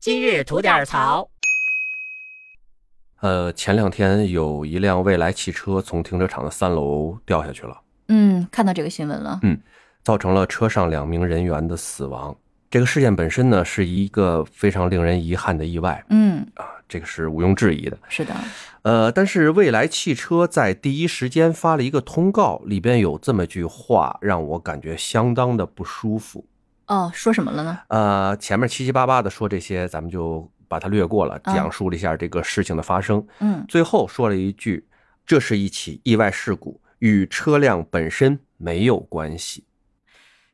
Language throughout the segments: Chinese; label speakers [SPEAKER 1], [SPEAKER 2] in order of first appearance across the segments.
[SPEAKER 1] 今日吐点槽。
[SPEAKER 2] 呃，前两天有一辆蔚来汽车从停车场的三楼掉下去了，
[SPEAKER 3] 嗯，看到这个新闻了。
[SPEAKER 2] 造成了车上两名人员的死亡。这个事件本身呢，是一个非常令人遗憾的意外
[SPEAKER 3] 嗯，
[SPEAKER 2] 啊，这个是毋庸置疑的。
[SPEAKER 3] 是的，
[SPEAKER 2] 呃，但是蔚来汽车在第一时间发了一个通告，里边有这么句话，让我感觉相当的不舒服。
[SPEAKER 3] 哦，说什么了呢？
[SPEAKER 2] 呃，前面七七八八的说这些，咱们就把它略过了，
[SPEAKER 3] 嗯
[SPEAKER 2] 讲述了一下这个事情的发生。
[SPEAKER 3] 嗯
[SPEAKER 2] 最后说了一句：“这是一起意外事故，与车辆本身没有关系。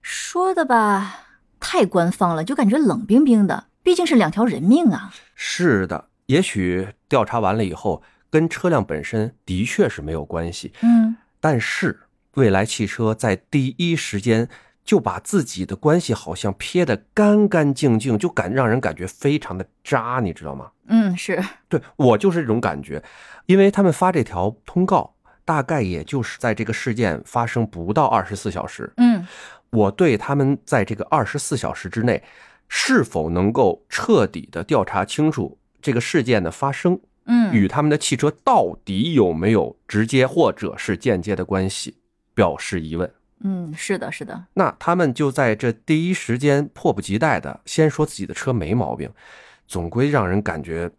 [SPEAKER 3] 说的吧，太官方了，就感觉冷冰冰的。毕竟是两条人命啊。”
[SPEAKER 2] 是的，也许调查完了以后，跟车辆本身的确是没有关系，
[SPEAKER 3] 嗯，
[SPEAKER 2] 但是蔚来汽车在第一时间。就把自己的关系好像撇得干干净净，就感让人感觉非常的渣，你知道吗？
[SPEAKER 3] 嗯，是，
[SPEAKER 2] 对我就是这种感觉，因为他们发这条通告，大概也就是在这个事件发生不到二十四小时，
[SPEAKER 3] 嗯
[SPEAKER 2] 我对他们在这个二十四小时之内是否能够彻底的调查清楚这个事件的发生
[SPEAKER 3] 嗯
[SPEAKER 2] 与他们的汽车到底有没有直接或者是间接的关系表示疑问。
[SPEAKER 3] 嗯，是的，是的，
[SPEAKER 2] 那他们就在这第一时间迫不及待的先说自己的车没毛病，总归让人感觉嘖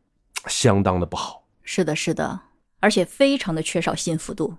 [SPEAKER 2] 相当的不好。
[SPEAKER 3] 是的，是的，而且非常的缺少信服度。